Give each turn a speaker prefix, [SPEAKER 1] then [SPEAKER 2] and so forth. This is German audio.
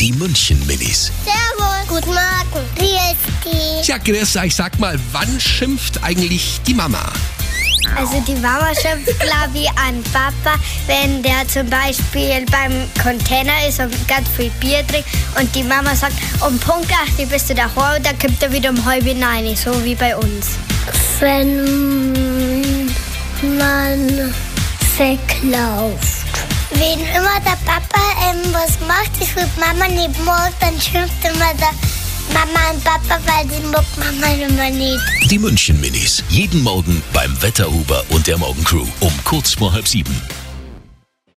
[SPEAKER 1] Die München-Minis.
[SPEAKER 2] Servus. Guten Morgen. Wie ist die?
[SPEAKER 1] Tja, Grissa, ich sag mal, wann schimpft eigentlich die Mama?
[SPEAKER 2] Also die Mama schimpft, glaube ich, an Papa, wenn der zum Beispiel beim Container ist und ganz viel Bier trinkt und die Mama sagt, um Punkt 8 bist du daheim und dann kommt er wieder um halb hinein, so wie bei uns. Wenn man weglauft. Wenn immer der Papa ähm, was macht, ich will Mama nicht mag, dann schimpft immer der Mama und Papa, weil sie mag Mama immer nicht.
[SPEAKER 1] Die München-Minis. Jeden Morgen beim Wetterhuber und der Morgencrew um kurz vor halb sieben.